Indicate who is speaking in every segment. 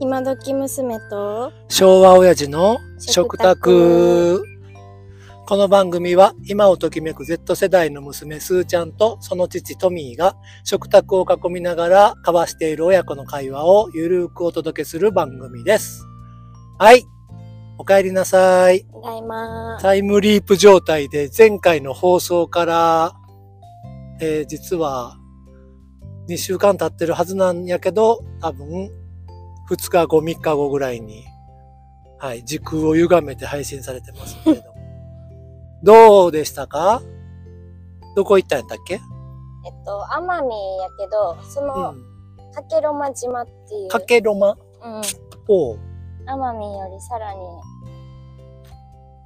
Speaker 1: 今時娘と
Speaker 2: 昭和親父の食
Speaker 1: 食
Speaker 2: 卓
Speaker 1: 卓
Speaker 2: この番組は今をときめく Z 世代の娘すーちゃんとその父トミーが食卓を囲みながら交わしている親子の会話をゆるーくお届けする番組ですはいお帰りなさい
Speaker 1: ただいま
Speaker 2: タイムリープ状態で前回の放送から、えー実は2週間経ってるはずなんやけど、多分2日後、3日後ぐらいに、はい、時空を歪めて配信されてますけれども。どうでしたかどこ行ったんやったっけ
Speaker 1: えっと奄美やけどその、
Speaker 2: う。
Speaker 1: かけろま島っていうん
Speaker 2: かけろま
Speaker 1: うん
Speaker 2: を、
Speaker 1: 奄美よりさらに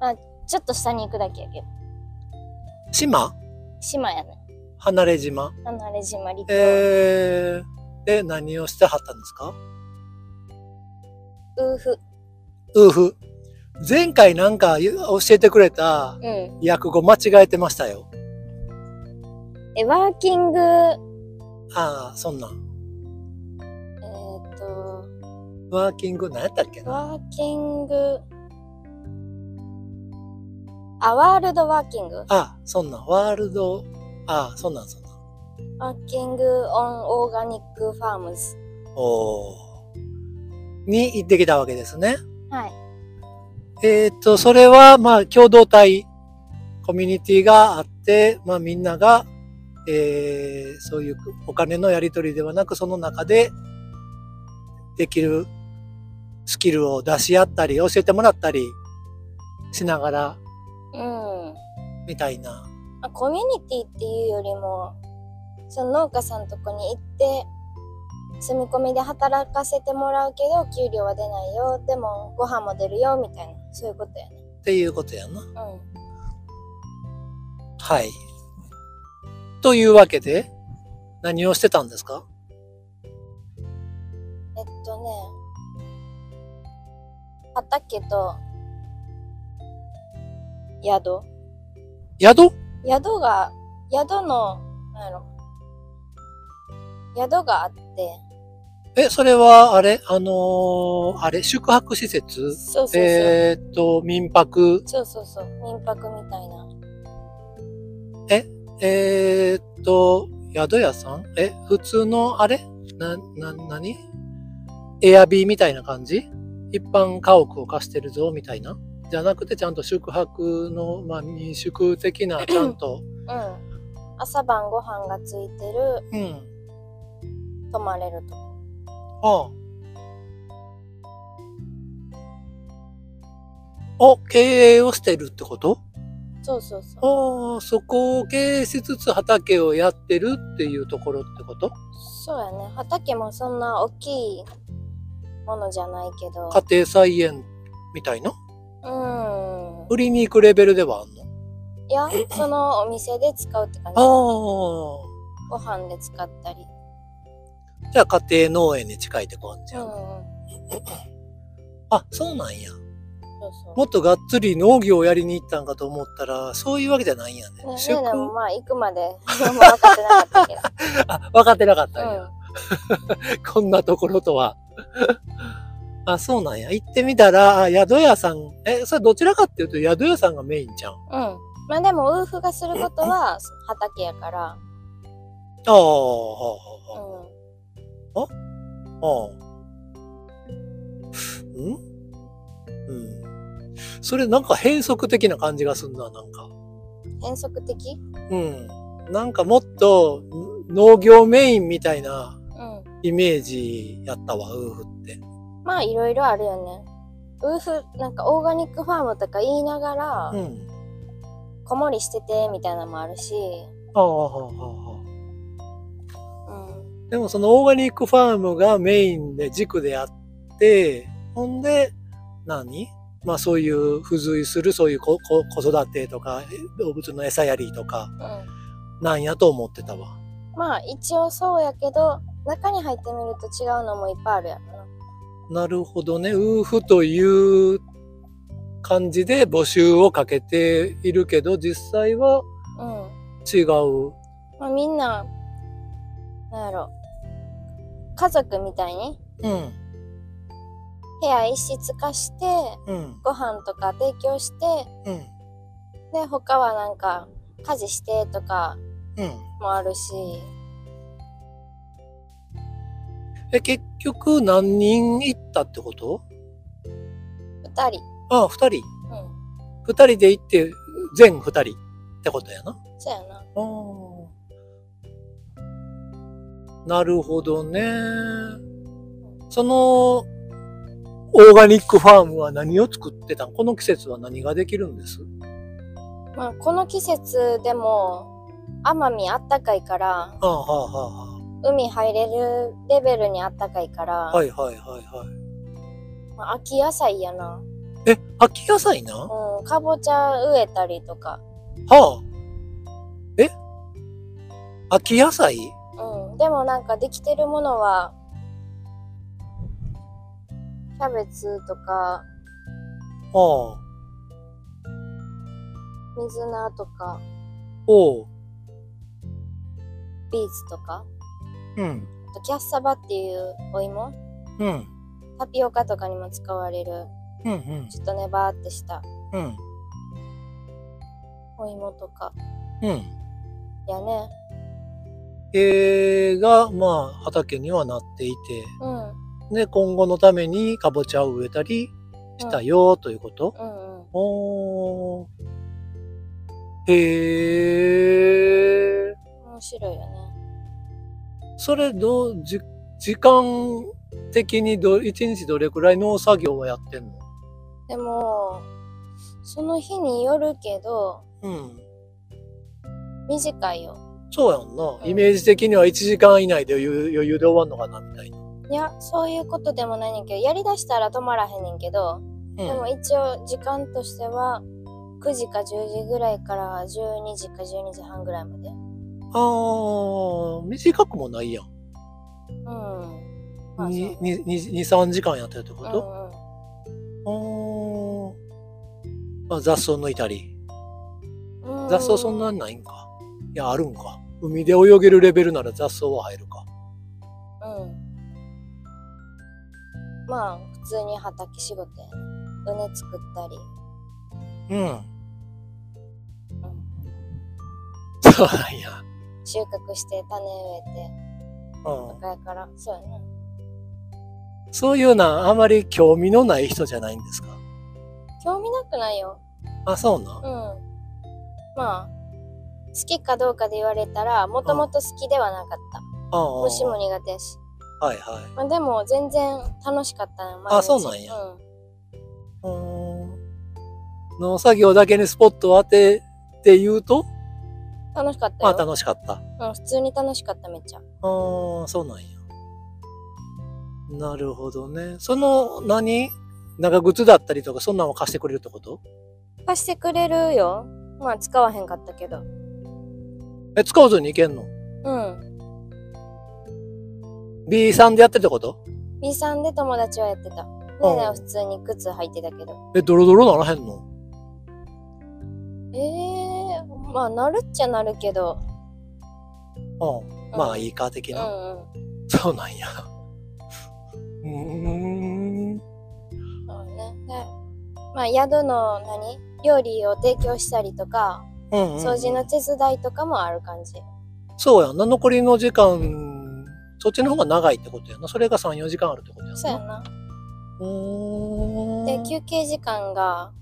Speaker 1: まあちょっと下に行くだけやけど
Speaker 2: 島
Speaker 1: 島やね
Speaker 2: 離れ島
Speaker 1: 離れ島離島、
Speaker 2: えー、で何をしてはったんですか
Speaker 1: 夫婦
Speaker 2: 夫婦。前回なんか言う教えてくれた
Speaker 1: うん
Speaker 2: 訳語間違えてましたよ。
Speaker 1: えワーキングえ
Speaker 2: ああ、そんなん。
Speaker 1: ーっと
Speaker 2: ワーキング、何やったっけな
Speaker 1: ワーキングあワールドワーキング
Speaker 2: ああ、そんなん。ワールド、ああ、そんなん、そんなん。
Speaker 1: ワーキングオンオーガニックファームズ
Speaker 2: おーに行ってきたわけですね。
Speaker 1: はい
Speaker 2: えっと、それは、まあ、共同体、コミュニティがあって、まあ、みんなが、えー、そういうお金のやり取りではなく、その中で、できるスキルを出し合ったり、教えてもらったりしながら、
Speaker 1: うん
Speaker 2: みたいな。
Speaker 1: まあコミュニティっていうよりもその農家さんとこに行って住み込みで働かせてもらうけど給料は出ないよでもご飯も出るよみたいなそういうことやね
Speaker 2: っていうことやな。
Speaker 1: うん
Speaker 2: はい。というわけで、何をしてたんですか
Speaker 1: えっとね畑と宿
Speaker 2: 宿
Speaker 1: 宿が宿のなんやろ宿があって
Speaker 2: え、それは、あれあのーあれ宿泊施設
Speaker 1: そうそうそう、
Speaker 2: えーっと、民泊。
Speaker 1: そうそうそう民泊みたいな
Speaker 2: えーっと、宿屋さんえ、普通の、あれな、な、なにエアビーみたいな感じ一般家屋を貸してるぞ、みたいなじゃなくて、ちゃんと宿泊の、まあ、民宿的な、ちゃん
Speaker 1: う
Speaker 2: と、
Speaker 1: ん朝晩ご飯がついてる
Speaker 2: うん、
Speaker 1: 泊まれるとこ
Speaker 2: ああ。お、経営をしてるってこと
Speaker 1: そうそうそう
Speaker 2: ああ、そこを経営しつつ畑をやってるっていうところってこと
Speaker 1: そうやね畑もそんな大きいものじゃないけど
Speaker 2: 家庭菜園みたいな
Speaker 1: うん
Speaker 2: 売りに行くレベルではあんの
Speaker 1: いやそのお店で使うって感じ
Speaker 2: あ
Speaker 1: ご飯で使ったり
Speaker 2: あ。じゃあ家庭農園に近いって感じ
Speaker 1: うん
Speaker 2: や、
Speaker 1: うん
Speaker 2: あ、そうなんや。
Speaker 1: そうそう
Speaker 2: もっとがっつり農業をやりに行ったんかと思ったら、そういうわけじゃないんやね。
Speaker 1: ね
Speaker 2: 宿
Speaker 1: ねでもまあ行くまで あんま分かってなかったけ ど
Speaker 2: あ、分かってなかったんや。
Speaker 1: うん
Speaker 2: こんなところとは。 あ、そうなんや。行ってみたら、あ宿屋さん、え、それどちらかっていうと宿屋さんがメインじゃん。あ
Speaker 1: うん。まあでも、夫婦がすることは畑やから、
Speaker 2: あ、はあ
Speaker 1: う
Speaker 2: は
Speaker 1: ん。
Speaker 2: あはあ、うんうん。それなんか変則的な感じがすんな、なんか。
Speaker 1: 変則的
Speaker 2: うん。なんかもっとん農業メインみたいな
Speaker 1: うん。
Speaker 2: イメージやったわ、夫婦って。
Speaker 1: まあ、いろいろあるよね。夫婦、なんかオーガニックファームとか言いながら
Speaker 2: う、ん。
Speaker 1: 子守りしてて、みたいなのもあるし、
Speaker 2: ああ、はあ、はあ。
Speaker 1: うん。
Speaker 2: でもそのオーガニックファームがメインで軸であって、ほんで、何まあそういう付随するそういう子子子育てとか動物の餌やりとか
Speaker 1: うん。
Speaker 2: なんやと思ってたわ。
Speaker 1: まあ、一応そうやけど、中に入ってみると違うのもいっぱいあるやろな。
Speaker 2: なるほどね。夫婦という感じで募集をかけているけど、実際は
Speaker 1: うん。
Speaker 2: 違う。
Speaker 1: まあ、みんな、なんやろ。家族みたいに
Speaker 2: うん。
Speaker 1: 部屋一室化して
Speaker 2: うん
Speaker 1: ご飯とか提供して
Speaker 2: うん
Speaker 1: で他はなんか家事してとか
Speaker 2: うん
Speaker 1: もあるし
Speaker 2: え結局何人行ったってこと
Speaker 1: 2人
Speaker 2: あ二人
Speaker 1: うん
Speaker 2: 二人で行って全二人ってことやな
Speaker 1: そうやな
Speaker 2: なるほどねそのオーガニックファームは何を作ってたんこの季節は何ができるんです
Speaker 1: まあこの季節でも奄美あったかいから
Speaker 2: ああはあは
Speaker 1: 海入れるレベルにあったかいから、
Speaker 2: あはあはいはいはいはい
Speaker 1: まあ秋野菜やな、
Speaker 2: え秋野菜なは
Speaker 1: うん、かぼちゃ植えたりとか、
Speaker 2: あえ秋野菜
Speaker 1: うん、でもなんかできてるものはキャベツとか
Speaker 2: はあ
Speaker 1: 水菜とか
Speaker 2: おう
Speaker 1: ビーツとか
Speaker 2: うん
Speaker 1: あとキャッサバっていうお芋
Speaker 2: うん
Speaker 1: タピオカとかにも使われる
Speaker 2: うんうん
Speaker 1: ちょっとねばーってした
Speaker 2: うん
Speaker 1: お芋とか
Speaker 2: うん
Speaker 1: やね
Speaker 2: 系が、まあ、畑にはなっていて、
Speaker 1: うん
Speaker 2: で、今後のためにかぼちゃを植えたりしたよ、ということ。
Speaker 1: うんうん
Speaker 2: おー。へー。
Speaker 1: 面白いよね
Speaker 2: それ、どう、じ、時間的にど、一日どれくらい農作業はやってんの
Speaker 1: でもその日によるけど
Speaker 2: うん。
Speaker 1: 短いよ
Speaker 2: そうやんな。
Speaker 1: うん
Speaker 2: イメージ的には1時間以内で余裕余裕で終わんのかな、みたいな。
Speaker 1: いやそういうことでもないねんけどやりだしたら止まらへんねんけど、でも一応時間としては9時か10時ぐらいから12時か12時半ぐらいまで
Speaker 2: あー、短くもないやん。
Speaker 1: うんまあそう
Speaker 2: ににに2、3時間やってるってこ
Speaker 1: う
Speaker 2: と、
Speaker 1: んうん
Speaker 2: おーまあ、雑草抜いたり。
Speaker 1: うん
Speaker 2: 雑草そんなんないんか。いや、あるんか。海で泳げるレベルなら雑草は入るか。
Speaker 1: うんまあ普通に畑仕事やね畝作ったり、
Speaker 2: うん。
Speaker 1: うん、
Speaker 2: そうなんや。
Speaker 1: 収穫して種植えて
Speaker 2: う
Speaker 1: と
Speaker 2: ん、
Speaker 1: かやからそうやな
Speaker 2: そういうのはあまり興味のない人じゃないんですか
Speaker 1: 興味なくないよ
Speaker 2: あ、そうな。
Speaker 1: うんまあ好きかどうかで言われたらもともと好きではなかった
Speaker 2: ああ
Speaker 1: 虫も苦手やし、
Speaker 2: はいはい。
Speaker 1: まあ、でも全然楽しかったな毎日
Speaker 2: あそうなんや
Speaker 1: うん
Speaker 2: うーん。農作業だけにスポットを当てて言うと、
Speaker 1: 楽しかった
Speaker 2: まあ
Speaker 1: よ、
Speaker 2: 楽しかった。
Speaker 1: うん、普通に楽しかっためっちゃ
Speaker 2: ああ、そうなんや。なるほどね。その何、長靴だったりとか、そんなんを貸してくれるってこと
Speaker 1: 貸してくれるよまあ使わへんかったけど
Speaker 2: え、使わずに行けんの
Speaker 1: うん
Speaker 2: ?B さんでやってるってこと
Speaker 1: B さんで友達はやってた
Speaker 2: う
Speaker 1: ね
Speaker 2: ん
Speaker 1: ねは普通に靴履いてたけど
Speaker 2: え、ドロドロならへんの
Speaker 1: ええー、まあなるっちゃなるけど
Speaker 2: うん。まあいいか、的
Speaker 1: うん
Speaker 2: な。
Speaker 1: うん
Speaker 2: そうなんや。うーん。
Speaker 1: そうねでまあ宿の何料理を提供したりとか
Speaker 2: うん、うん。
Speaker 1: 掃除の手伝いとかもある感じ
Speaker 2: そうやんな。残りの時間、そっちの方が長いってことやな。それが3、4時間あるってことやな。
Speaker 1: そうやな
Speaker 2: うーん。
Speaker 1: で休憩時間が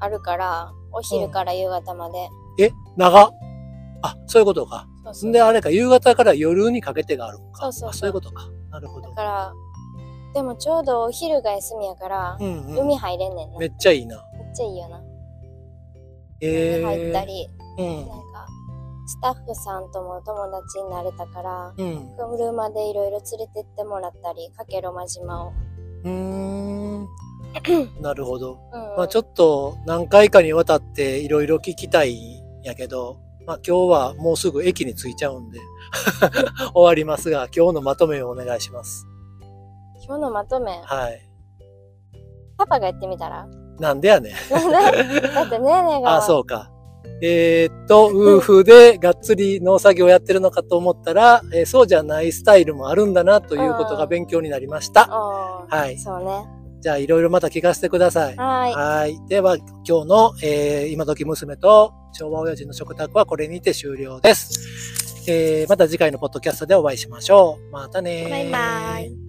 Speaker 1: あるからお昼から夕方まで、
Speaker 2: え、長っあ、そういうことか。
Speaker 1: そうそう
Speaker 2: で、あれか、夕方から夜にかけてがあるのか。
Speaker 1: そうそうそう
Speaker 2: あそういうことか。なるほ
Speaker 1: だ
Speaker 2: ど。
Speaker 1: からでもちょうどお昼が休みやから、
Speaker 2: うん、うん。
Speaker 1: 海入れんねんなめ
Speaker 2: め
Speaker 1: っ
Speaker 2: っちゃいいな。
Speaker 1: ちゃいいよな、
Speaker 2: えー、
Speaker 1: 海入った。り
Speaker 2: うん
Speaker 1: なん。かスタッフさんとも友達になれたから
Speaker 2: うん。
Speaker 1: 車でいろいろ連れてってもらったりかけろま島を、
Speaker 2: う ーんなるほど。
Speaker 1: うんうん
Speaker 2: まあちょっと何回かにわたっていろいろ聞きたいんやけど、まあ今日はもうすぐ駅に着いちゃうんで 終わりますが、今日のまとめをお願いします。
Speaker 1: 今日のまとめ
Speaker 2: はい。
Speaker 1: パパがやってみたら
Speaker 2: なんでやねん。
Speaker 1: だってねえねえが
Speaker 2: あ、そうか。えーっと、
Speaker 1: うん
Speaker 2: 夫婦でがっつり農作業やってるのかと思ったら、えーそうじゃないスタイルもあるんだなということが勉強になりました。
Speaker 1: ああ、
Speaker 2: はい。
Speaker 1: そうね。
Speaker 2: じゃあ、いろいろまた聞かせてください。
Speaker 1: はい。
Speaker 2: はい。では、今日の、えー今時娘と昭和親父の食卓はこれにて終了です。えーまた次回のポッドキャストでお会いしましょう。またねー
Speaker 1: バイバイ。